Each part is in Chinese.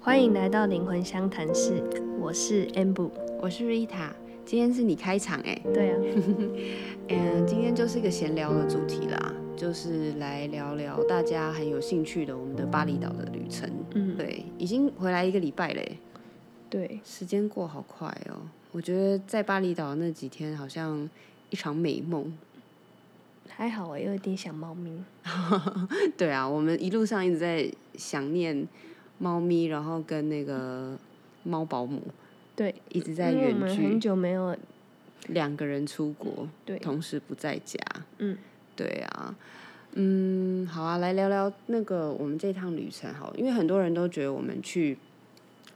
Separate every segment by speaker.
Speaker 1: 欢迎来到灵魂相谈室，我是 Amber。
Speaker 2: 我是 Rita，今天是你开场哎、
Speaker 1: 对啊，
Speaker 2: 嗯，今天就是一个闲聊的主题啦，就是来聊聊大家很有兴趣的我们的巴厘岛的旅程。
Speaker 1: 嗯，
Speaker 2: 对，已经回来一个礼拜嘞、
Speaker 1: 对，
Speaker 2: 时间过好快哦、我觉得在巴厘岛那几天好像一场美梦。
Speaker 1: 还好我有一点想猫咪。
Speaker 2: 对啊，我们一路上一直在想念猫咪，然后跟那个猫保姆
Speaker 1: 对，
Speaker 2: 一直在
Speaker 1: 因为我
Speaker 2: 远
Speaker 1: 们
Speaker 2: 距
Speaker 1: 很久没有
Speaker 2: 两个人出国，
Speaker 1: 对
Speaker 2: 同时不在家，
Speaker 1: 嗯，
Speaker 2: 对啊，嗯，好啊，来聊聊那个我们这趟旅程好了，因为很多人都觉得我们去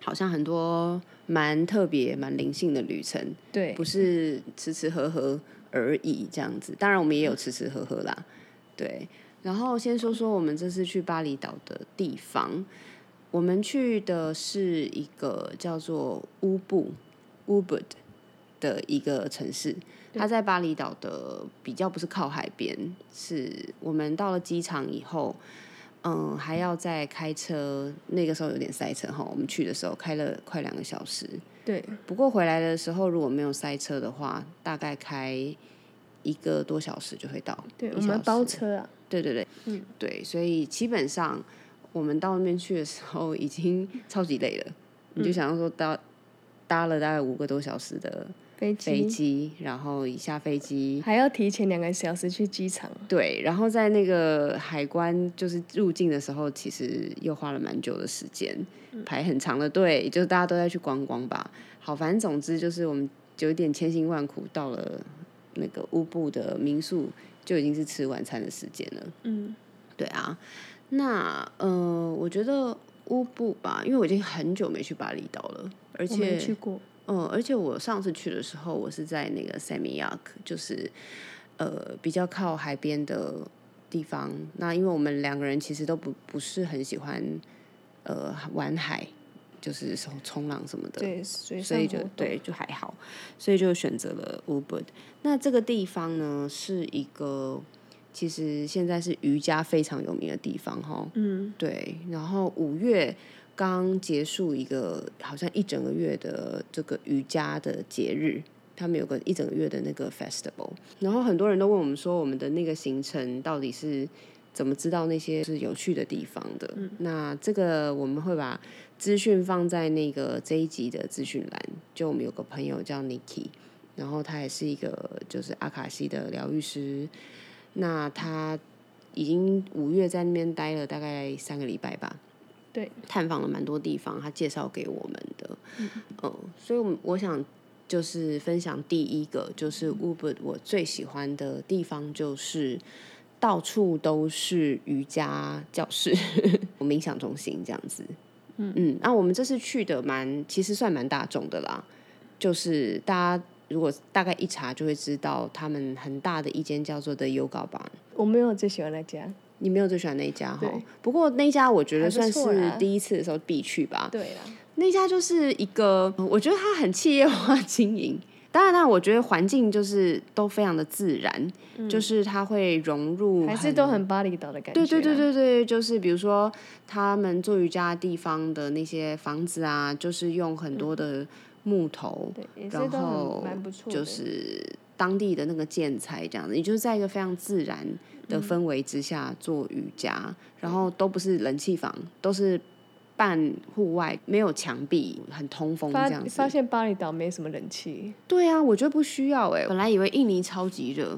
Speaker 2: 好像很多蛮特别、蛮灵性的旅程，
Speaker 1: 对
Speaker 2: 不是吃吃喝喝而已这样子。当然，我们也有吃吃喝喝啦，对。然后先说说我们这次去巴厘岛的地方，我们去的是一个叫做乌布 （Ubud） 的一个城市，它在巴厘岛的比较不是靠海边，是我们到了机场以后。嗯，还要再开车，那个时候有点塞车哈。我们去的时候开了快两个小时，
Speaker 1: 对
Speaker 2: 不过回来的时候如果没有塞车的话，大概开一个多小时就会到。
Speaker 1: 对，
Speaker 2: 一
Speaker 1: 我们
Speaker 2: 小
Speaker 1: 包
Speaker 2: 时
Speaker 1: 车啊，
Speaker 2: 对对对，
Speaker 1: 嗯，
Speaker 2: 对，所以基本上我们到那边去的时候已经超级累了，
Speaker 1: 嗯
Speaker 2: 你就想要说搭搭了大概五个多小时的
Speaker 1: 飞
Speaker 2: 飞
Speaker 1: 机
Speaker 2: 机，然后一下飞机，
Speaker 1: 还要提前两个小时去机场。
Speaker 2: 对，然后在那个海关就是入境的时候，其实又花了蛮久的时间，
Speaker 1: 嗯
Speaker 2: 排很长的队，就是大家都在去观光吧。好，反正总之就是我们有一点千辛万苦到了那个乌布的民宿，就已经是吃晚餐的时间了。
Speaker 1: 嗯，
Speaker 2: 对啊，那呃，我觉得乌布吧，因为我已经很久没去巴厘岛了，而
Speaker 1: 我没
Speaker 2: 且
Speaker 1: 去过。
Speaker 2: 嗯，而且我上次去的时候，我是在那个 Samiyak，就是呃比较靠海边的地方。那因为我们两个人其实都不不是很喜欢呃玩海，就是冲冲浪什么的。
Speaker 1: 对，水
Speaker 2: 所
Speaker 1: 上
Speaker 2: 以
Speaker 1: 活
Speaker 2: 就
Speaker 1: 动。
Speaker 2: 对就还好，所以就选择了 Ubud。那这个地方呢，是一个其实现在是瑜伽非常有名的地方哈。
Speaker 1: 嗯，
Speaker 2: 对，然后五月刚结束一个好像一整个月的这个瑜伽的节日，他们有个一整个月的那个 festival，然后很多人都问我们说，我们的那个行程到底是怎么知道那些是有趣的地方的？那这个我们会把资讯放在那个这一集的资讯栏，就我们有个朋友叫 Niki。然后他也是一个就是阿卡西的疗愈师，那他已经五月在那边待了大概三个礼拜吧。
Speaker 1: 对，
Speaker 2: 探访了蛮多地方，他介绍给我们的。嗯，所以我们我想就是分享第一个，就是 Ubud 我最喜欢的地方就是到处都是瑜伽教室、 冥想中心这样子。嗯嗯，那、我们这次去的蛮，其实算蛮大众的啦，就是大家。如果大概一查就会知道，他们很大的一间叫做的 Yoga Bar，
Speaker 1: 我没有最喜欢那家。
Speaker 2: 你没有最喜欢那一家哈
Speaker 1: 对，
Speaker 2: 不过那一家我觉得
Speaker 1: 还不
Speaker 2: 算
Speaker 1: 错啦
Speaker 2: 是第一次的时候必去吧。
Speaker 1: 对啦，
Speaker 2: 那一家就是一个，我觉得它很企业化经营。当然啦，我觉得环境就是都非常的自然，就是它会融入，
Speaker 1: 嗯还是都很巴厘岛的感觉。啊
Speaker 2: 对对对。对对，就是比如说他们做瑜伽的地方的那些房子啊，就是用很多的木头，
Speaker 1: 对，嗯也是
Speaker 2: 然
Speaker 1: 都很
Speaker 2: 后
Speaker 1: 蛮不错的。
Speaker 2: 就是当地的那个建材这样子，你就是在一个非常自然的
Speaker 1: 嗯
Speaker 2: 氛围之下做瑜伽，然后都不是冷气房，都是半户外，没有墙壁，很通风
Speaker 1: 发
Speaker 2: 这样子
Speaker 1: 发。现巴厘岛没什么人气。
Speaker 2: 对啊，我觉得不需要哎、本来以为印尼超级热。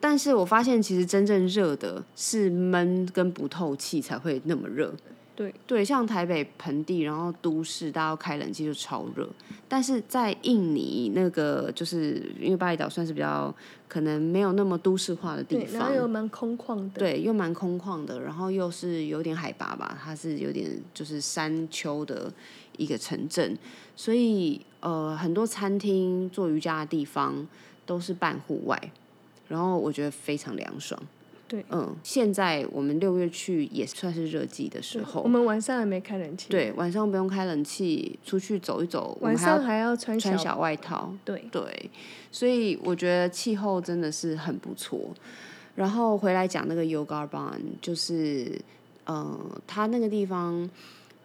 Speaker 2: 但是我发现，其实真正热的是闷跟不透气才会那么热。
Speaker 1: 对
Speaker 2: 对，像台北盆地，然后都市，大家要开冷气就超热。但是在印尼那个，就是因为巴厘岛算是比较可能没有那么都市化的地
Speaker 1: 对，然后又
Speaker 2: 方，
Speaker 1: 蛮空旷的。
Speaker 2: 对，又蛮空旷的，然后又是有点海拔吧，它是有点就是山丘的一个城镇，所以呃，很多餐厅做瑜伽的地方都是半户外，然后我觉得非常凉爽。
Speaker 1: 对，
Speaker 2: 嗯，现在我们六月去也算是热季的时候
Speaker 1: 我，们晚上还没开冷气。，
Speaker 2: 对，晚上不用开冷气，出去走一走，我
Speaker 1: 晚
Speaker 2: 们还
Speaker 1: 上
Speaker 2: 要
Speaker 1: 还要穿
Speaker 2: 穿小外套。
Speaker 1: 对，
Speaker 2: 对，所以我觉得气候真的是很不错。然后回来讲那个 Yoga Barn，就是呃，它那个地方，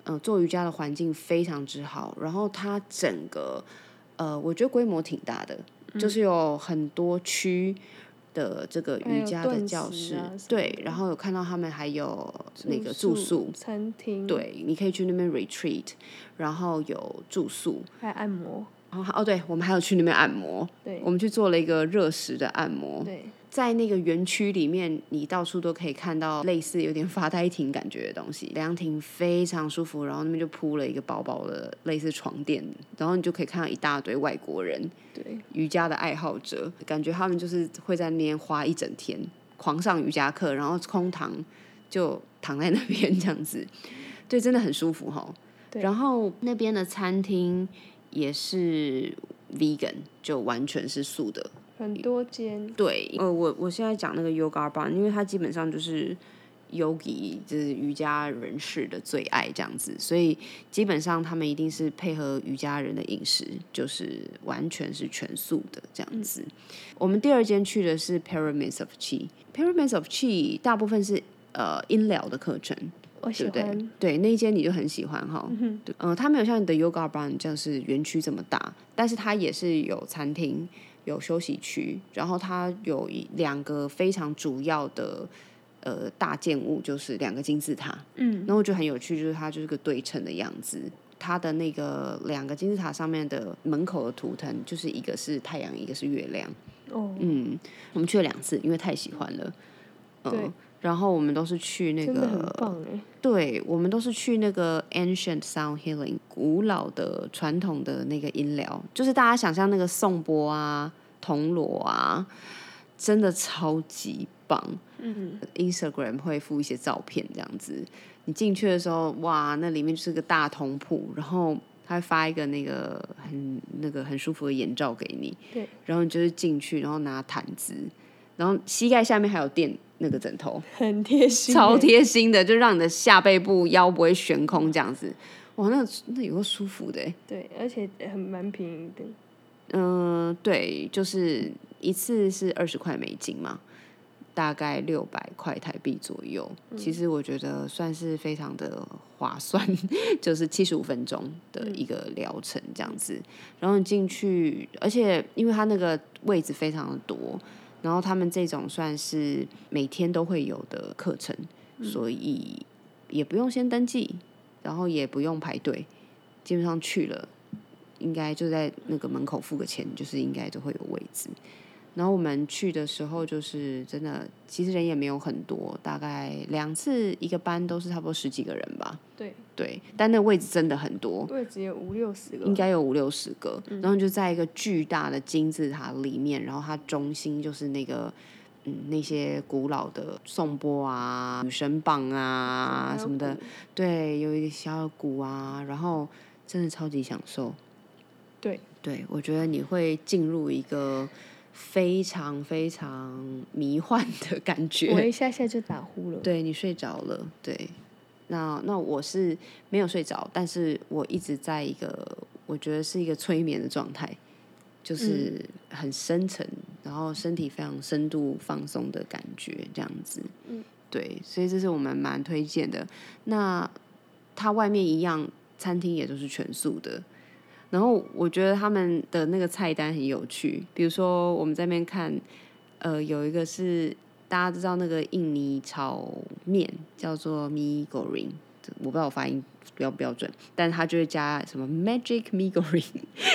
Speaker 2: 呃，做瑜伽的环境非常之好，然后它整个呃，我觉得规模挺大的，
Speaker 1: 嗯
Speaker 2: 就是有很多区的这个
Speaker 1: 还
Speaker 2: 瑜
Speaker 1: 有
Speaker 2: 伽的
Speaker 1: 顿
Speaker 2: 教
Speaker 1: 时
Speaker 2: 室，
Speaker 1: 啊什
Speaker 2: 对
Speaker 1: 么，的
Speaker 2: 然后有看到他们还有那个住宿，
Speaker 1: 餐厅，，
Speaker 2: 对，你可以去那边 retreat，然后有住宿，
Speaker 1: 还有按摩，
Speaker 2: 然后哦，对，我们还有去那边按摩，
Speaker 1: 对
Speaker 2: 我们去做了一个热石的按摩，
Speaker 1: 对，
Speaker 2: 在那个园区里面，你到处都可以看到类似有点发呆亭感觉的东西，凉亭非常舒服，然后那边就铺了一个薄薄的类似床垫，然后你就可以看到一大堆外国人
Speaker 1: 对，
Speaker 2: 瑜伽的爱好者，感觉他们就是会在那边花一整天狂上瑜伽课，然后空堂就躺在那边这样子， 对，真的很舒服哈。
Speaker 1: 对
Speaker 2: 然后那边的餐厅也是 vegan，就完全是素的，
Speaker 1: 很多间，
Speaker 2: 对，呃，我我现在讲那个 Yoga Bar，因为它基本上就是 Yogi，就是瑜伽人士的最爱这样子，所以基本上他们一定是配合瑜伽人的饮食，就是完全是全素的这样子。我们第二间去的是 Pyramids of Chi，Pyramids of Chi 大部分是呃音疗的课程，
Speaker 1: 我喜
Speaker 2: 对不对
Speaker 1: 欢，？
Speaker 2: 对，那一间你就很喜欢哈。嗯呃，它没有像你的 Yoga Barn 这样是园区这么大，但是它也是有餐厅、有休息区，然后它有一两个非常主要的呃大建物，就是两个金字塔。
Speaker 1: 嗯，
Speaker 2: 然后我觉得很有趣，就是它就是个对称的样子。它的那个两个金字塔上面的门口的图腾，就是一个是太阳，一个是月亮。
Speaker 1: 哦，
Speaker 2: 嗯，我们去了两次，因为太喜欢了。嗯、
Speaker 1: 对。
Speaker 2: 然后我们都是去那
Speaker 1: 真的很
Speaker 2: 个
Speaker 1: 棒哎，
Speaker 2: 对，我们都是去那个 ancient sound healing 古老的传统的那个音疗，就是大家想象那个颂钵啊、铜锣啊，真的超级棒。
Speaker 1: 嗯，
Speaker 2: Instagram 会附一些照片这样子。你进去的时候，哇，那里面就是个大通铺，然后他会发一个那个很那个很舒服的眼罩给你，
Speaker 1: 对，
Speaker 2: 然后你就是进去，然后拿毯子，然后膝盖下面还有垫那个枕头，
Speaker 1: 很贴心，欸
Speaker 2: 超，贴心的，就让你的下背部、腰不会悬空这样子。哇，那那有个舒服的欸。
Speaker 1: 对，而且很蛮便宜的，
Speaker 2: 嗯、对，就是一次是二十块美金嘛，大概六百块台币左右。其实我觉得算是非常的划算， 就是七十五分钟的一个疗程这样子。然后你进去，而且因为它那个位置非常的多，然后他们这种算是每天都会有的课程，所以也不用先登记，然后也不用排队，基本上去了。应该就在那个门口付个钱，就是应该都会有位置。然后我们去的时候，就是真的，其实人也没有很多，大概两次一个班都是差不多十几个人吧。
Speaker 1: 对，
Speaker 2: 对，但那位置真的很多，
Speaker 1: 位置有五六十个，嗯
Speaker 2: 应该有五六十个。然后就在一个巨大的金字塔里面，然后它中心就是那个。嗯，那些古老的颂钵啊、女神棒
Speaker 1: 嗯
Speaker 2: 啊什么的，，对，有一个小小鼓啊，然后真的超级享受。
Speaker 1: 对，
Speaker 2: 对，我觉得你会进入一个非常非常迷幻的感
Speaker 1: 我
Speaker 2: 觉。
Speaker 1: 一下下就打呼了，
Speaker 2: 对你睡着了，对。那那我是没有睡着，但是我一直在一个我觉得是一个催眠的状态，
Speaker 1: 嗯
Speaker 2: 就是很深沉，然后身体非常深度放松的感觉，这样子。
Speaker 1: 嗯，
Speaker 2: 对，所以这是我们蛮推荐的。那它外面一样，餐厅也都是全素的。然后我觉得他们的那个菜单很有趣，比如说我们这边看，呃，有一个是大家知道那个印尼炒面叫做 mi goreng，这我不知道我发音标不标准，但它就会加什么 magic mi goreng，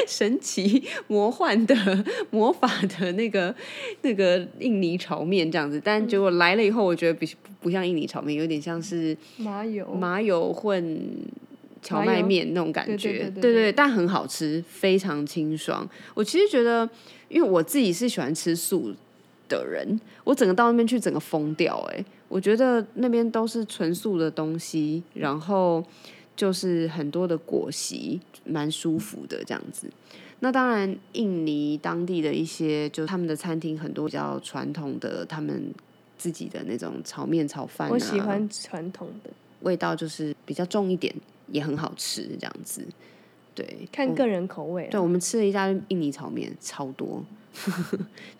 Speaker 2: 神 奇魔幻的魔法的那个那个印尼炒面这样子。但结果来了以后，我觉得比不像印尼炒面，有点像是
Speaker 1: 麻油，
Speaker 2: 麻油混荞
Speaker 1: 麻
Speaker 2: 麦
Speaker 1: 油
Speaker 2: 面那种感
Speaker 1: 对对
Speaker 2: 觉，
Speaker 1: 对对
Speaker 2: 对
Speaker 1: 对
Speaker 2: 但很好吃，非常清爽。我其实觉得，因为我自己是喜欢吃素的人，我整个到那边去整个疯掉、欸，我觉得那边都是纯素的东西，然后就是很多的果昔，蛮舒服的这样子。那当然，印尼当地的一些，就是他们的餐厅很多比较传统的，他们自己的那种炒面、炒饭、啊，
Speaker 1: 我喜欢传统的，
Speaker 2: 味道就是比较重一点，也很好吃这样子。对，
Speaker 1: 看个人口
Speaker 3: 啊
Speaker 1: 味啊
Speaker 2: 对，
Speaker 1: 啦。
Speaker 2: 我们吃了一大堆印尼炒面，超多，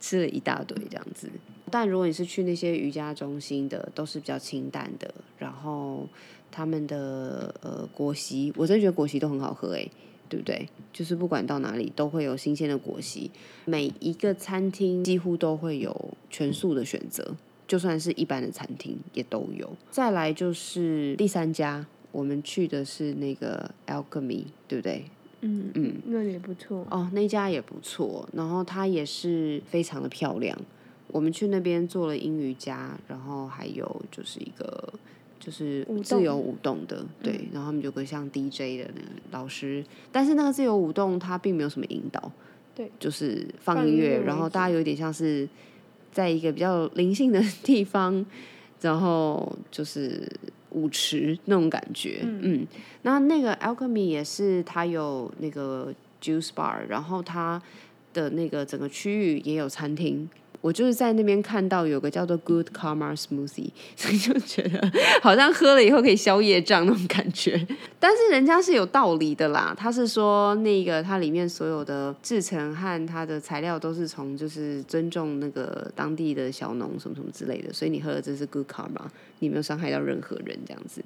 Speaker 2: 吃了一大堆这样子。但如果你是去那些瑜伽中心的，都是比较清淡的，然后他们的呃果昔，我真的觉得果昔都很好喝诶、对不对？就是不管到哪里都会有新鲜的果昔，每一个餐厅几乎都会有全素的选择，就算是一般的餐厅也都有。再来就是第三家，我们去的是那个 Alchemy，对不对？
Speaker 1: 嗯嗯，那也不错。
Speaker 2: 哦，那家也不错，然后它也是非常的漂亮。我们去那边做了英瑜伽，然后还有就是一个就是
Speaker 1: 舞
Speaker 2: 自
Speaker 1: 动嗯
Speaker 2: 由舞动的，对，然后他们有个像 DJ 的那个老师，但是那个自由舞动它并没有什么引导，
Speaker 1: 对，
Speaker 2: 就是放
Speaker 1: 放
Speaker 2: 音
Speaker 1: 音乐
Speaker 2: 乐，
Speaker 1: 为
Speaker 2: 然后
Speaker 1: 主
Speaker 2: 大家有点像是在一个比较灵性的地方，然后就是舞池那种感觉，嗯那那个 Alchemy 也是，它有那个 Juice Bar，然后它的那个整个区域也有餐厅。我就是在那边看到有个叫做 Good Karma Smoothie，所以就觉得 好像喝了以后可以消夜障那种感觉。 但是人家是有道理的啦，他是说那个它里面所有的制成和它的材料都是从就是尊重那个当地的小农什么什么之类的，所以你喝的这是 Good Karma，你没有伤害到任何人这样子。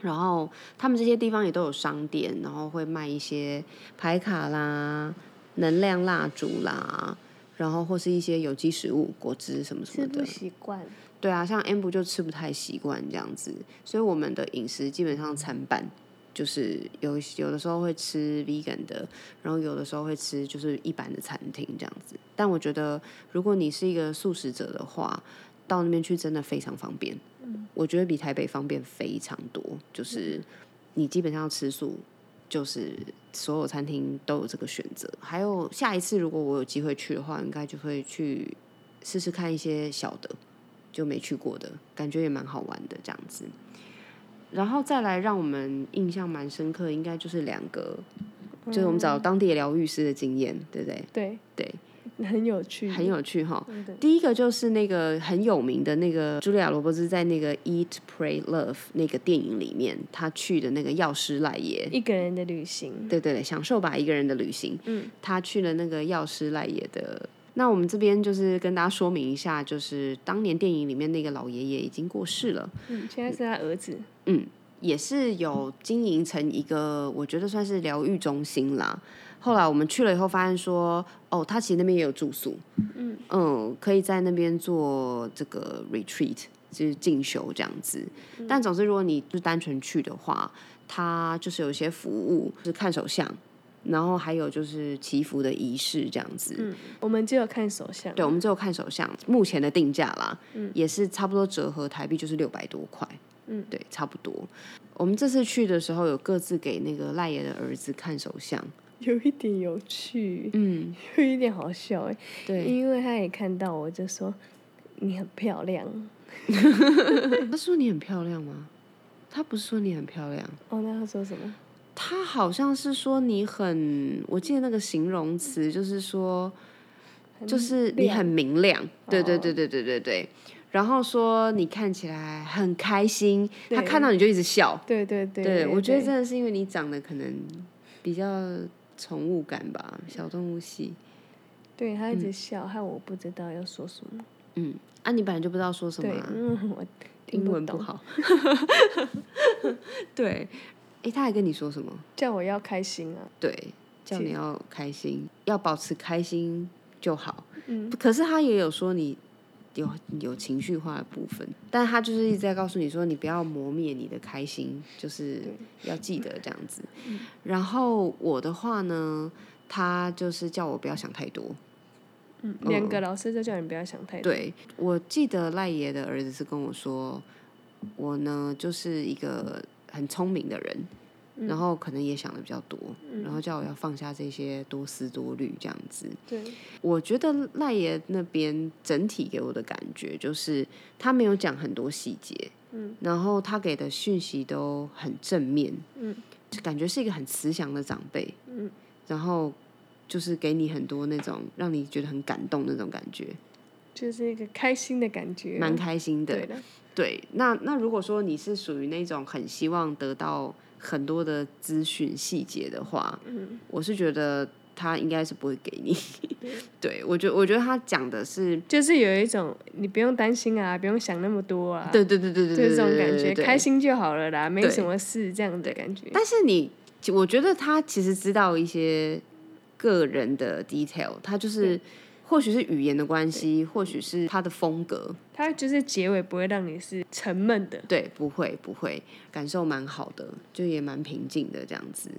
Speaker 2: 然后他们这些地方也都有商店，然后会卖一些牌卡啦、能量蜡烛啦，然后或是一些有机食物、果汁什么什
Speaker 1: 吃
Speaker 2: 么的
Speaker 1: 不。习惯，
Speaker 2: 对啊，像 M 不就吃不太习惯这样子，所以我们的饮食基本上参半，就是有有的时候会吃 vegan 的，然后有的时候会吃就是一般的餐厅这样子。但我觉得，如果你是一个素食者的话，到那边去真的非常方便，我觉得比台北方便非常多。就是你基本上要吃素，就是所有餐厅都有这个选择。还有下一次如果我有机会去的话，应该就会去试试看一些小的。就没去过的，感觉也蛮好玩的这样子。然后再来让我们印象蛮深刻，应该就是两个，就是我们
Speaker 1: 嗯
Speaker 2: 找当地疗愈师的经验，对不对？
Speaker 1: 对
Speaker 2: 对，
Speaker 1: 很有趣，
Speaker 2: 很有趣哈。
Speaker 1: 真的。
Speaker 2: 第一个就是那个很有名的那个茱莉亚·罗伯兹在那个《Eat, Pray, Love》那个电影里面，她去的那个药师赖耶，
Speaker 1: 一个人的旅行，
Speaker 2: 对对对，享受吧一个人的旅行。嗯，他去了那个药师赖野的。那我们这边就是跟大家说明一下，就是当年电影里面那个老爷爷已经过世了，
Speaker 1: 嗯，现在是他儿子，
Speaker 2: 也是有经营成一个我觉得算是疗愈中心啦。后来我们去了以后，发现说，哦，他其实那边也有住宿，嗯可以在那边做这个 retreat，就是进修这样子。但总之，如果你就单纯去的话，它就是有一些服务，就是看手相，然后还有就是祈福的仪式这样子。
Speaker 1: 嗯我们就有看手相，
Speaker 2: 对，我们只有看手相，目前的定价啦，也是差不多折合台币就是六百多块，嗯，对，差不多。我们这次去的时候，有各自给那个赖爷的儿子看手相，
Speaker 1: 有一点有趣，
Speaker 2: 嗯，
Speaker 1: 有一点好笑哎，
Speaker 2: 对，
Speaker 1: 因为他也看到我就说你很漂亮，
Speaker 2: 他说你很漂亮吗？他不是说你很漂亮，
Speaker 1: 哦，那他说什么？
Speaker 2: 他好像是说你很，我记得那个形容词就是说，就是你很明亮，哦对对对对对对对。然后说你看起来很开心，他
Speaker 1: 对
Speaker 2: 看到你就一直笑，
Speaker 1: 对对对
Speaker 2: 对，我觉得
Speaker 1: 对
Speaker 2: 真的是因为你长得可能比较宠物感吧，小动物
Speaker 1: 嗯
Speaker 2: 系。
Speaker 1: 对他一直笑，害我不知道要说什么。
Speaker 2: 嗯，啊，你本来就不知道说什么、
Speaker 1: 对，
Speaker 2: 啊，
Speaker 1: 嗯，我听
Speaker 2: 英文不
Speaker 1: 懂，
Speaker 2: 好。 对，诶，他还跟你说什么？
Speaker 1: 叫我要开心啊。
Speaker 2: 对，叫你要开心，要保持开心就好。
Speaker 1: 嗯，
Speaker 2: 可是他也有说你有有情绪化的部分，但他就是一直在告诉你说，你不要磨灭你的开心，就是要记得这样子。
Speaker 1: 嗯
Speaker 2: 然后我的话呢，他就是叫我不要想太多。
Speaker 1: 嗯，两个老师都叫你不要想太多。
Speaker 2: 对，我记得赖爷的儿子是跟我说，我呢就是一个很聪明的人，然后可能也想的比较多，然后叫我要放下这些多思多虑这样子。
Speaker 1: 对，
Speaker 2: 我觉得赖爷那边整体给我的感觉就是他没有讲很多细节，嗯，然后他给的讯息都很正面，嗯，就感觉是一个很慈祥的长辈，嗯，然后就是给你很多那种让你觉得很感动的那种感觉，
Speaker 1: 就是一个开心的感觉。
Speaker 2: 蛮开心的。
Speaker 1: 对的，
Speaker 2: 对，那那如果说你是属于那种很希望得到很多的资讯细节的话，我是觉得他应该是不会给你。对我觉得，我觉得他讲的是，
Speaker 3: 就是有一种你不用担心啊，不用想那么多啊，
Speaker 2: 对对对对对
Speaker 3: 就
Speaker 2: 对，
Speaker 3: 是这种
Speaker 2: 对
Speaker 3: 感
Speaker 2: 对
Speaker 3: 觉，
Speaker 2: 对
Speaker 3: 开心就好了啦，没
Speaker 2: 对
Speaker 3: 什么事这样的感觉。
Speaker 2: 但是你，我觉得他其实知道一些个人的 detail，他就是或许是语言的关系，或许是他的风格，
Speaker 3: 它就是结尾不会让你是沉闷的，
Speaker 2: 对，不会不会，感受蛮好的，就也蛮平静的这样子。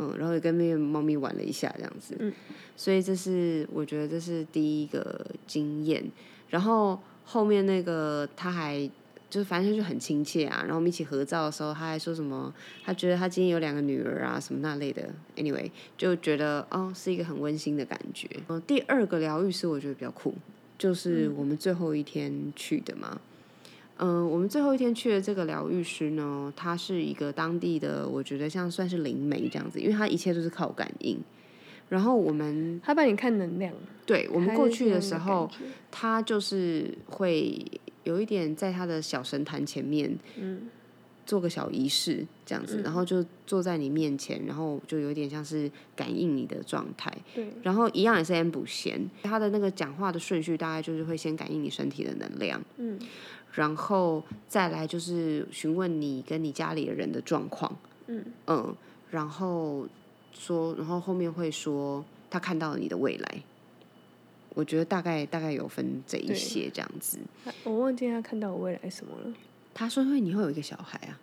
Speaker 2: 嗯，然后也跟那个猫咪玩了一下这样子，嗯，所以这是我觉得这是第一个经验。然后后面那个他还就是反正他就很亲切啊，然后我们一起合照的时候，他还说什么他觉得他今天有两个女儿啊什么那类的，anyway 就觉得哦是一个很温馨的感觉。嗯，第二个疗愈师我觉得比较酷，就是我们最后一天去的嘛，嗯，我们最后一天去的这个疗愈师呢，他是一个当地的，我觉得像算是灵媒这样子，因为他一切都是靠感应。然后我们
Speaker 3: 它帮你看能量。
Speaker 2: 对我们
Speaker 3: 它
Speaker 2: 过
Speaker 3: 是
Speaker 2: 去的
Speaker 3: 这
Speaker 2: 时
Speaker 3: 样
Speaker 2: 候
Speaker 3: 感，觉，
Speaker 2: 他就是会有一点在他的小神坛前面，做个小仪式这样
Speaker 3: 嗯
Speaker 2: 子，然后就坐在你面前，然后就有点像是感应你的状态，
Speaker 3: 对，
Speaker 2: 然后一样也是 M 补弦，他的那个讲话的顺序大概就是会先感应你身体的能量，
Speaker 3: 嗯，
Speaker 2: 然后再来就是询问你跟你家里的人的状况，
Speaker 3: 嗯
Speaker 2: 然后说，然后后面会说他看到了你的未来。我觉得大概大概有分这一
Speaker 3: 对
Speaker 2: 些这样子。
Speaker 3: 它我忘记他看到我未来什么了。
Speaker 2: 他说因为你会有一个小孩啊，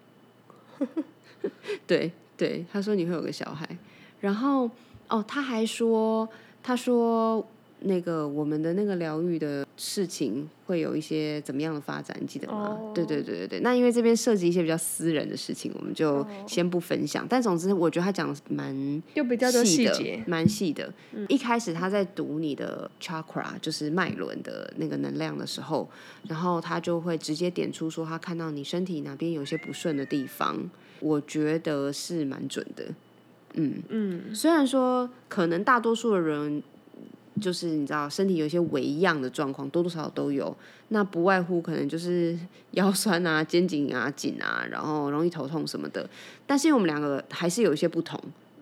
Speaker 2: 对对，他说你会有个小孩，然后哦，他还说他说那个我们的那个疗愈的事情会有一些怎么样的发展，你记得吗？
Speaker 3: 哦
Speaker 2: 对对对对对，那因为这边涉及一些比较私人的事情，我们就先不分享，但总之我觉得他讲的蛮
Speaker 3: 又比较多细
Speaker 2: 的
Speaker 3: 节，嗯
Speaker 2: 蛮嗯细的。一开始他在读你的 chakra，就是脉轮的那个能量的时候，然后他就会直接点出说他看到你身体哪边有些不顺的地方，我觉得是蛮准的。嗯嗯，虽然说可能大多数的人。就是你知道，身体有一些微恙的状况，多多少少都有。那不外乎可能就是腰酸啊、肩颈啊、紧啊，然后容易头痛什么的。但是因为我们两个还是有一些不同，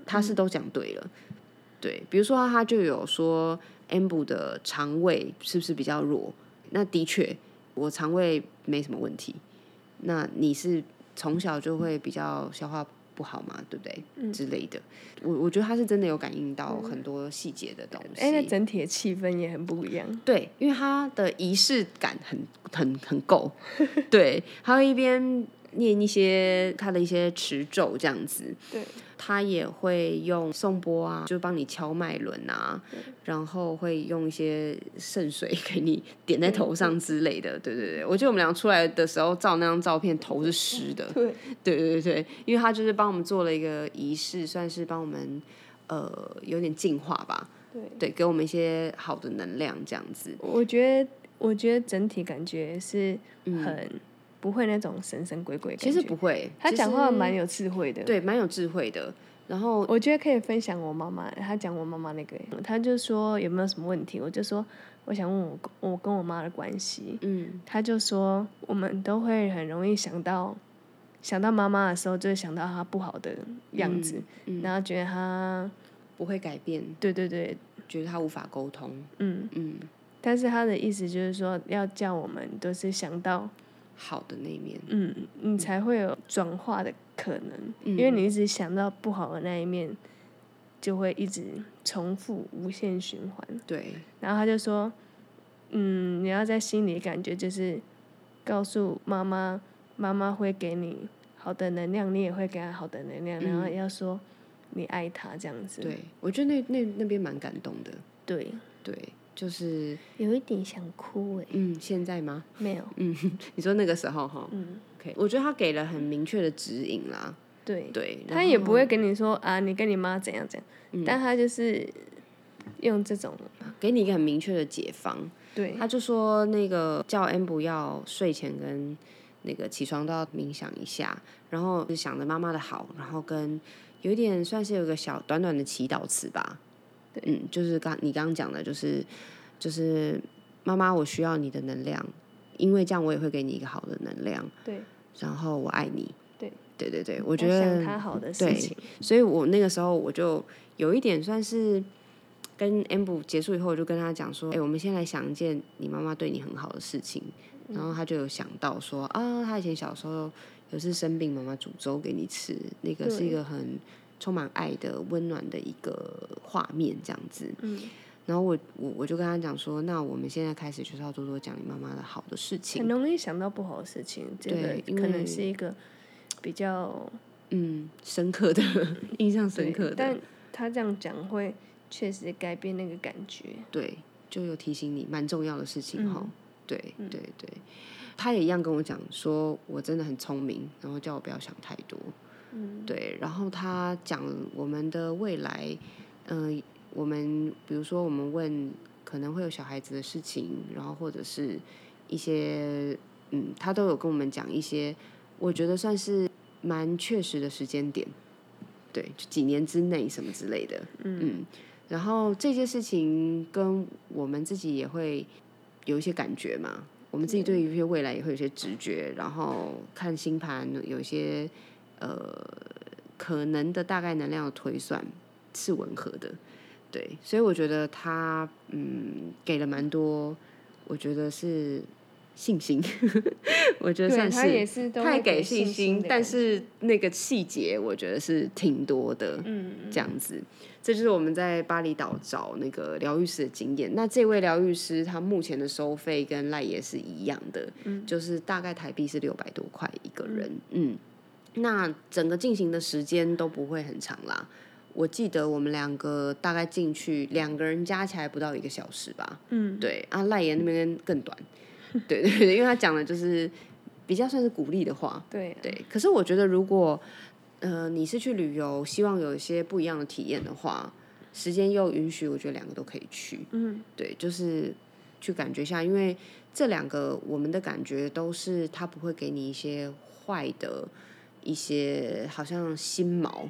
Speaker 2: 他
Speaker 3: 嗯
Speaker 2: 是都讲对了。对，比如说他就有说 Amber 的肠胃是不是比较弱？那的确，我肠胃没什么问题。那你是从小就会比较消化不好嘛，对不对？
Speaker 3: 嗯
Speaker 2: 之类的。我我觉得他是真的有感应到很多细节的东西。
Speaker 3: 哎，那整体的气氛也很不一样。
Speaker 2: 对，因为他的仪式感很很很够， 对，他会一边念一些他的一些持咒这样子，
Speaker 3: 对，
Speaker 2: 他也会用颂钵啊，就帮你敲脉轮啊，然后会用一些圣水给你点在头上之类的，对对对，我记得我们俩出来的时候照那张照片，头是湿的，
Speaker 3: 对，
Speaker 2: 对对对，因为他就是帮我们做了一个仪式，算是帮我们呃有点净化吧，
Speaker 3: 对
Speaker 2: 对，给我们一些好的能量这样子。
Speaker 3: 我觉得，我觉得整体感觉是很不会那种神神鬼鬼的
Speaker 2: 嗯其
Speaker 3: 感觉。
Speaker 2: 实不会，
Speaker 3: 他
Speaker 2: 其
Speaker 3: 讲话
Speaker 2: 实
Speaker 3: 蛮有智慧的。
Speaker 2: 对，蛮有智慧的。然后
Speaker 3: 哦我觉得可以分享我妈妈，她讲我妈妈那个，她就说有没有什么问题，我就说我想问我我跟我妈的关系，
Speaker 2: 嗯，
Speaker 3: 她就说我们都会很容易想到想到妈妈的时候，就会想到她不好的样子，
Speaker 2: 嗯嗯
Speaker 3: 然后觉得她
Speaker 2: 不会改变，
Speaker 3: 对对对，
Speaker 2: 觉得他无法沟通。
Speaker 3: 嗯，
Speaker 2: 嗯，
Speaker 3: 但是她的意思就是说要叫我们都是想到
Speaker 2: 好的那一面，
Speaker 3: 嗯，你才会有转化的可能，
Speaker 2: 嗯
Speaker 3: 因为你一直想到不好的那一面，就会一直重复无限循环。
Speaker 2: 对，
Speaker 3: 然后他就说，嗯，你要在心里感觉就是告诉妈妈，妈妈会给你好的能量，你也会给她好的能量，然后要说你爱她这样子。
Speaker 2: 嗯对，我觉得那那那边蛮感动的。
Speaker 3: 对，
Speaker 2: 对，就是
Speaker 3: 有一点想哭诶，
Speaker 2: 嗯，现在吗？
Speaker 3: 没有，
Speaker 2: 嗯你说那个时候哈，
Speaker 3: 嗯，
Speaker 2: OK，我觉得他给了很明确的指引啦。
Speaker 3: 对，
Speaker 2: 对，然
Speaker 3: 他也
Speaker 2: 后嗯
Speaker 3: 不会跟你说啊，你跟你妈怎样怎样，但他就是用这种
Speaker 2: 给你一个很明确的解方。
Speaker 3: 对
Speaker 2: 他就说那个叫 M 不要睡前跟那个起床都要冥想一下，然后就想着妈妈的好，然后跟有一点算是有个小短短的祈祷词吧。嗯，就是刚你刚刚讲的，就是就是妈妈，我需要你的能量，因为这样我也会给你一个好的能量，
Speaker 3: 对
Speaker 2: 然后我爱你。
Speaker 3: 对
Speaker 2: 对对对，我
Speaker 3: 我
Speaker 2: 觉得
Speaker 3: 想他好的
Speaker 2: 对
Speaker 3: 事情，
Speaker 2: 所以我那个时候我就有一点算是跟 Amber 结束以后，我就跟他讲说，哎、我们先来想一件你妈妈对你很好的事情。然后他就有想到说，啊，他以前小时候有次生病，妈妈煮粥给你吃，那个是一
Speaker 3: 对
Speaker 2: 个很充满爱的、温暖的一个画面，这样子。嗯。然后我我我就跟他讲说，那我们现在开始就是要多多讲你妈妈的好的事情
Speaker 3: 很。容易想到不好的事情，这个
Speaker 2: 对因
Speaker 3: 可能
Speaker 2: 为
Speaker 3: 是一个比较
Speaker 2: 嗯，深刻的 印象深刻的，
Speaker 3: 但他这样讲会确实改变那个感觉。
Speaker 2: 对，就有提醒你蛮重要的事情哈、
Speaker 3: 嗯
Speaker 2: 对对对，他也一样跟我讲说，我真的很聪明，然后叫我不要想太多。
Speaker 3: 嗯，
Speaker 2: 对，然后他讲我们的未来，嗯、我们比如说我们问可能会有小孩子的事情，然后或者是一些嗯，他都有跟我们讲一些，我觉得算是蛮确实的时间点，对，就几年之内什么之类的，嗯然后这些事情跟我们自己也会有一些感觉嘛。我们自己对
Speaker 3: 嗯
Speaker 2: 于一些未来也会有一些直觉，然后看星盘有一些呃可能的大概能量的推算是吻合的，对，所以我觉得他嗯给了蛮多，我觉得是信心， 我觉得
Speaker 3: 对
Speaker 2: 算
Speaker 3: 他也
Speaker 2: 是
Speaker 3: 是都
Speaker 2: 太
Speaker 3: 会
Speaker 2: 给
Speaker 3: 信
Speaker 2: 信心
Speaker 3: 的，
Speaker 2: 但
Speaker 3: 感觉
Speaker 2: 是那个细节我觉得是挺多的，
Speaker 3: 嗯，
Speaker 2: 这样子，这就是我们在巴厘岛找那个疗愈师的经验。那这位疗愈师他目前的收费跟赖爷是一样的，
Speaker 3: 嗯
Speaker 2: 就是大概台币是六百多块一个人，嗯那整个进行的时间都不会很长啦。我记得我们两个大概进去，两个人加起来不到一个小时吧。
Speaker 3: 嗯，
Speaker 2: 对啊，赖爷那边更短。对对对，因为他讲的就是比较算是鼓励的话，
Speaker 3: 对啊
Speaker 2: 对，可是我觉得如果呃你是去旅游，希望有一些不一样的体验的话，时间又允许，我觉得两个都可以去。
Speaker 3: 嗯，
Speaker 2: 对，就是去感觉一下，因为这两个我们的感觉都是它不会给你一些坏的一些好像心毛。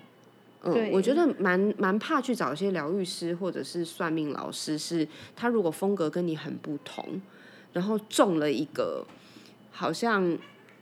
Speaker 2: 嗯，
Speaker 3: 对
Speaker 2: 我觉得蛮蛮怕去找一些疗愈师或者是算命老师，是他如果风格跟你很不同，然后中了一个好像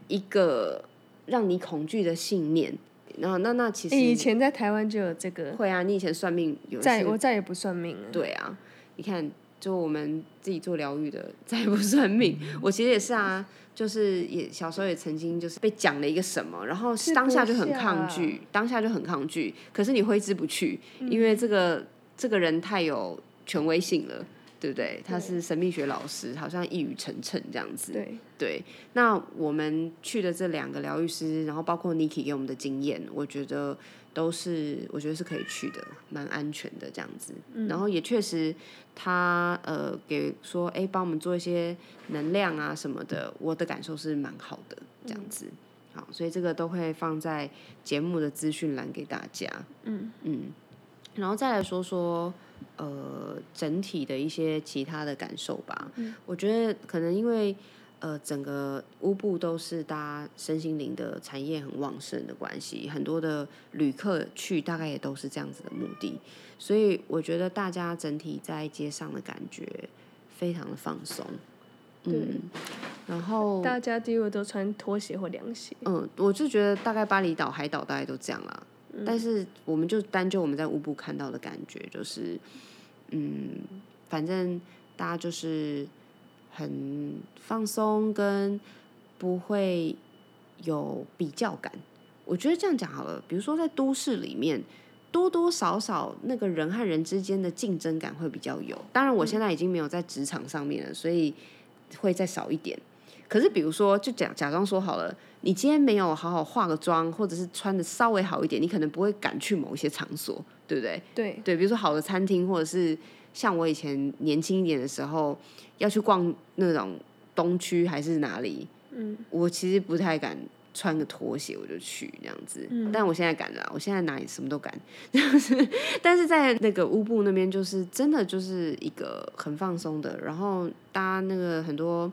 Speaker 2: 一个让你恐惧的信念，然后那那其实
Speaker 3: 以前在台湾就有这个，
Speaker 2: 会啊，你以前算命有一
Speaker 3: 再
Speaker 2: 次
Speaker 3: 我再也不算命了。
Speaker 2: 对啊，你看，就我们自己做疗愈的，再也不算命。
Speaker 3: 嗯
Speaker 2: 我其实也是啊，就是也小时候也曾经就是被讲了一个什么，然后
Speaker 3: 是啊
Speaker 2: 当下
Speaker 3: 不
Speaker 2: 就很
Speaker 3: 下
Speaker 2: 抗拒，当下就很抗拒，可是你挥之不去，因
Speaker 3: 嗯
Speaker 2: 为这个这个人太有权威性了。对不对？他
Speaker 3: 对
Speaker 2: 是神秘学老师，好像一语成谶这样子。
Speaker 3: 对，
Speaker 2: 对，那我们去的这两个疗愈师，然后包括 Niki 给我们的经验，我觉得都是我觉得是可以去的，蛮安全的这样子。然后也确实他呃给说，哎，帮我们做一些能量啊什么的，我的感受是蛮好的这样子。好，所以这个都会放在节目的资讯栏给大家。
Speaker 3: 嗯
Speaker 2: 嗯，然后再来说说呃整体的一些其他的感受吧。我觉得可能因为呃整个乌布都是大家身心灵的产业很旺盛的关系，很多的旅客去大概也都是这样子的目的，所以我觉得大家整体在街上的感觉非常的放松。嗯，然后
Speaker 3: 大家几乎都穿拖鞋或凉鞋。
Speaker 2: 嗯，我就觉得大概巴厘岛、海岛大概都这样啦。但是我们就单就我们在乌布看到的感觉，就是嗯，反正大家就是很放松，跟不会有比较感。我觉得这样讲好了，比如说在都市里面。多多少少，那个人和人之间的竞争感会比较有。当然，我现在已经没有在职场上面了，所以会再少一点。可是，比如说，就假假装说好了，你今天没有好好化个妆，或者是穿的稍微好一点，你可能不会敢去某一些场所，对不对？
Speaker 3: 对，
Speaker 2: 对，比如说好的餐厅，或者是像我以前年轻一点的时候，要去逛那种东区还是哪里，
Speaker 3: 嗯，
Speaker 2: 我其实不太敢穿个拖鞋我就去这样子，但我现在敢了啦，我现在哪里什么都敢， 就是但是在那个乌布那边，就是真的就是一个很放松的，然后大家那个很多。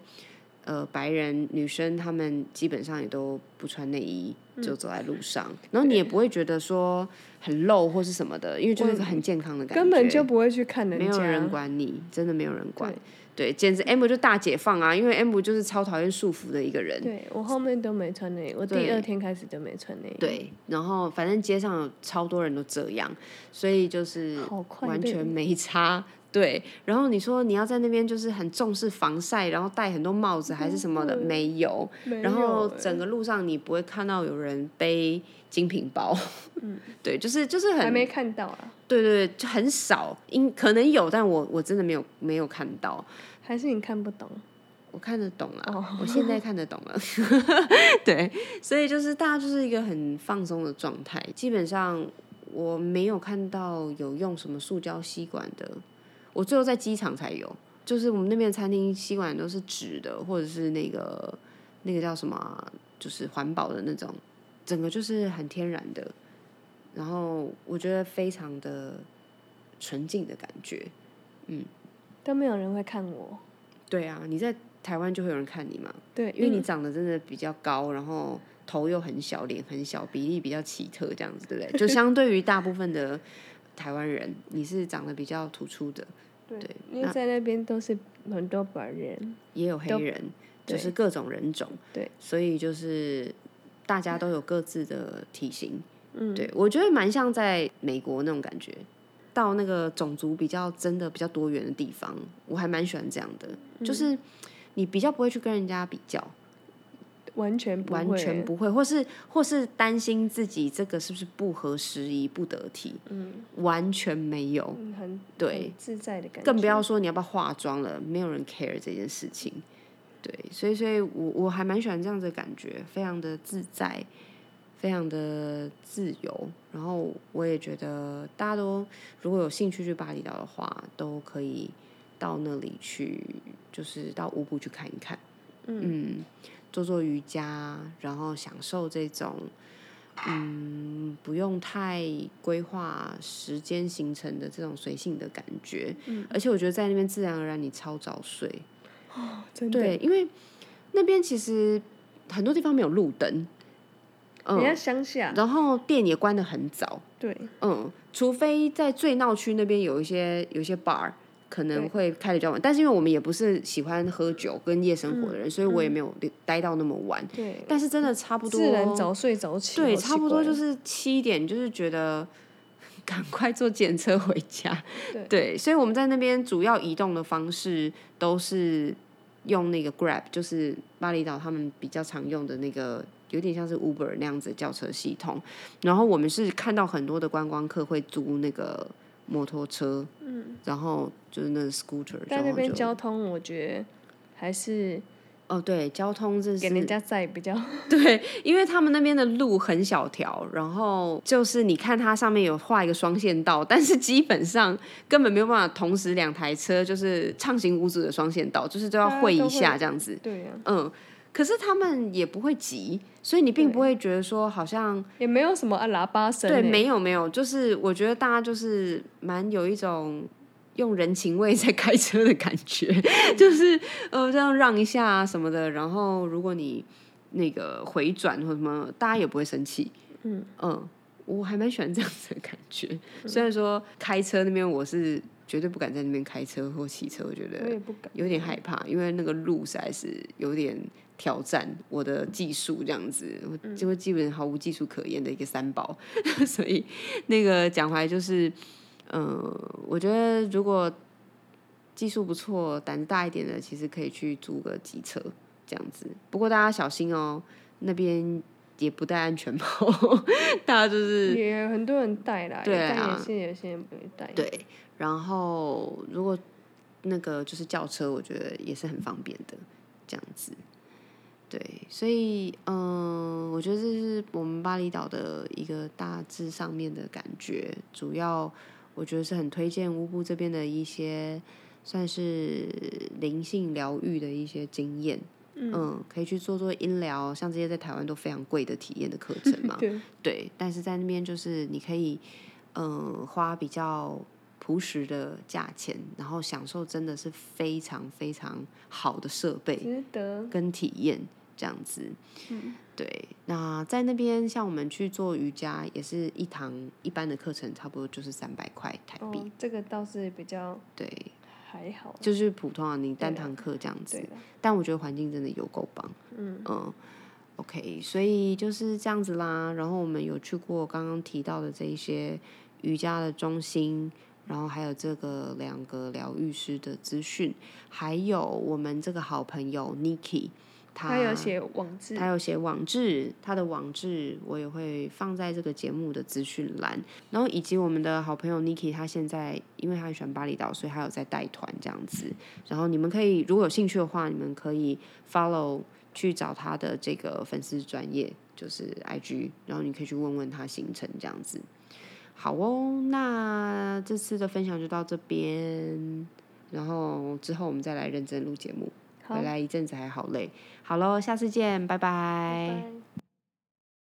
Speaker 2: 呃，白人女生她们基本上也都不穿内衣，就走在路上，然后你也不会觉得说很露或是什么的，因为就是一个很健康的感觉，
Speaker 3: 根本就不会去看人家，
Speaker 2: 没有人管你，真的没有人管。对，简直 Amber 就大解放啊！因为 Amber 就是超讨厌束缚的一个人。
Speaker 3: 对我后面都没穿内衣，我第
Speaker 2: 对
Speaker 3: 二天开始就没穿内衣。，
Speaker 2: 对，然后反正街上有超多人都这样，所以就是
Speaker 3: 好快哦
Speaker 2: 完
Speaker 3: 被
Speaker 2: 全没差。对，然后你说你要在那边就是很重视防晒，然后戴很多帽子还是什么的，
Speaker 3: 真的
Speaker 2: 没有。
Speaker 3: 嗯没有
Speaker 2: 然后
Speaker 3: 欸
Speaker 2: 整个路上你不会看到有人背精品包， 对，就是就是很
Speaker 3: 嗯还没看到啊，
Speaker 2: 对对对，就很少，应可能有，但我我真的没有没有看到。
Speaker 3: 还是你看不懂？
Speaker 2: 我看得懂了，
Speaker 3: 哦
Speaker 2: 我现在看得懂了。对，所以就是大家就是一个很放松的状态，基本上我没有看到有用什么塑胶吸管的，我最后在机场才有，就是我们那边的餐厅吸管都是纸的，或者是那个那个叫什么啊，就是环保的那种，整个就是很天然的，然后我觉得非常的纯净的感觉。
Speaker 3: 都没有人会看我。
Speaker 2: 对啊，你在台湾就会有人看你嘛。
Speaker 3: 对，
Speaker 2: 因为你长得真的比较高，然后头又很小，脸很小，比例比较奇特，这样子，对 不对？就相对于大部分的台湾人，你是长得比较突出的，
Speaker 3: 对
Speaker 2: 对，
Speaker 3: 因为在那边都是很多白人，
Speaker 2: 也有黑人，
Speaker 3: 对
Speaker 2: 就是各种人种，
Speaker 3: 对，
Speaker 2: 所以就是大家都有各自的体型，
Speaker 3: 嗯，
Speaker 2: 对我觉得蛮像在美国那种感觉。到那个种族比较真的比较多元的地方，我还蛮喜欢这样的，就是
Speaker 3: 嗯
Speaker 2: 你比较不会去跟人家比较，
Speaker 3: 完全不会，
Speaker 2: 完全不会，或是或是担心自己这个是不是不合时宜、不得体，
Speaker 3: 嗯，
Speaker 2: 完全没有，
Speaker 3: 嗯很
Speaker 2: 对
Speaker 3: 很自在的感觉，
Speaker 2: 更不要说你要不要化妆了，没有人 care 这件事情。对，所以所以我我还蛮喜欢这样子的感觉，非常的自在，非常的自由。然后我也觉得大家都如果有兴趣去巴厘岛的话，都可以到那里去，就是到乌布去看一看。嗯，做做瑜伽，然后享受这种，嗯，不用太规划时间行程的这种随性的感觉。嗯，而且我觉得在那边自然而然你超早睡，
Speaker 3: 哦真的。
Speaker 2: 对，因为那边其实很多地方没有路灯，
Speaker 3: 你要
Speaker 2: 嗯，
Speaker 3: 乡下，
Speaker 2: 然后店也关得很早，
Speaker 3: 对，
Speaker 2: 嗯，除非在最闹区那边有一些有一些 bar 可能
Speaker 3: 对
Speaker 2: 会开的比较晚，但是因为我们也不是喜欢喝酒跟夜生活的人，所以我也没有留待到那么晚。
Speaker 3: 嗯对，
Speaker 2: 但是真的嗯差不多，
Speaker 3: 自然早睡早起，
Speaker 2: 对，
Speaker 3: 好奇
Speaker 2: 差不多
Speaker 3: 怪
Speaker 2: 就是七点，就是觉得 赶快坐检车回家。
Speaker 3: 对
Speaker 2: 所以我们在那边主要移动的方式都是用那个 Grab，就是巴厘岛他们比较常用的那个。有点像是 Uber 那样子的轿车系统，然后我们是看到很多的观光客会租那个摩托车，嗯，然后就是那个 scooter，
Speaker 3: 但那
Speaker 2: 然后
Speaker 3: 边
Speaker 2: 就
Speaker 3: 交通，我觉得还是
Speaker 2: 哦对，交通这是
Speaker 3: 给人家载比较
Speaker 2: 对，因为他们那边的路很小条，然后就是你看它上面有画一个双线道，但是基本上根本没有办法同时两台车就是畅行无阻的双线道，就是都要
Speaker 3: 大家
Speaker 2: 会
Speaker 3: 啊都
Speaker 2: 一
Speaker 3: 会
Speaker 2: 下这样子。
Speaker 3: 对啊，
Speaker 2: 嗯，可是他们也不会急，所以你并
Speaker 3: 对
Speaker 2: 不会觉得说好像
Speaker 3: 也没有什么啊喇叭声欸，
Speaker 2: 嗯对没有没有，就是我觉得大家就是蛮有一种。用人情味在开车的感 觉，就是呃这样让一下啊什么的，然后如果你那个回转或什么，大家也不会生气。
Speaker 3: 嗯
Speaker 2: 嗯，我还蛮喜欢这样子的感觉。虽然说开车那边我是绝对不敢在那边开车或骑车，我觉
Speaker 3: 我也
Speaker 2: 得
Speaker 3: 不敢，
Speaker 2: 有点害怕，因为那个路实在是有点挑战我的技术，这样子，我就会基本毫无技术可言的一个三宝。 所以那个讲回来就是，呃，我觉得如果技术不错、胆子大一点的，其实可以去租个机车这样子。不过大家小心哦，那边也不戴安全帽， 大家就是
Speaker 3: 也有很多人带啦，
Speaker 2: 对啊
Speaker 3: 但也是有些人不会带，。
Speaker 2: 对。然后如果那个就是轿车，我觉得也是很方便的，这样子。对，所以嗯、呃我觉得这是我们巴厘岛的一个大致上面的感觉。主要我觉得是很推荐乌布这边的一些算是灵性疗愈的一些经验。嗯可以去做做音疗，像这些在台湾都非常贵的体验的课程嘛
Speaker 3: 对，
Speaker 2: 对，但是在那边就是你可以，嗯，花比较朴实的价钱，然后享受真的是非常非常好的设备
Speaker 3: 值得，
Speaker 2: 跟体验这样子。
Speaker 3: 嗯
Speaker 2: 对，那在那边像我们去做瑜伽，也是一堂一般的课程，差不多就是三百块台币。
Speaker 3: 哦，这个倒是比较
Speaker 2: 对，
Speaker 3: 还好，
Speaker 2: 就是普通啊，你单
Speaker 3: 对啊
Speaker 2: 堂课这样子
Speaker 3: 对。的，
Speaker 2: 但我觉得环境真的有够棒，
Speaker 3: 嗯
Speaker 2: OK，所以就是这样子啦。然后我们有去过刚刚提到的这一些瑜伽的中心，然后还有这个两个疗愈师的资讯，还有我们这个好朋友 Niki，他
Speaker 3: 他有写网志
Speaker 2: 他，有写网志，他的网志我也会放在这个节目的资讯栏，然后以及我们的好朋友 Niki，他现在因为他很喜欢巴厘岛，所以他有在带团这样子。然后你们可以如果有兴趣的话，你们可以 follow 去找他的这个粉丝专业，就是 IG，然后你可以去问问他行程这样子。好哦，那这次的分享就到这边，然后之后我们再来认真录节目。
Speaker 3: 好
Speaker 2: 回，来一阵子还好累。好喽，下次见，拜拜
Speaker 3: 拜拜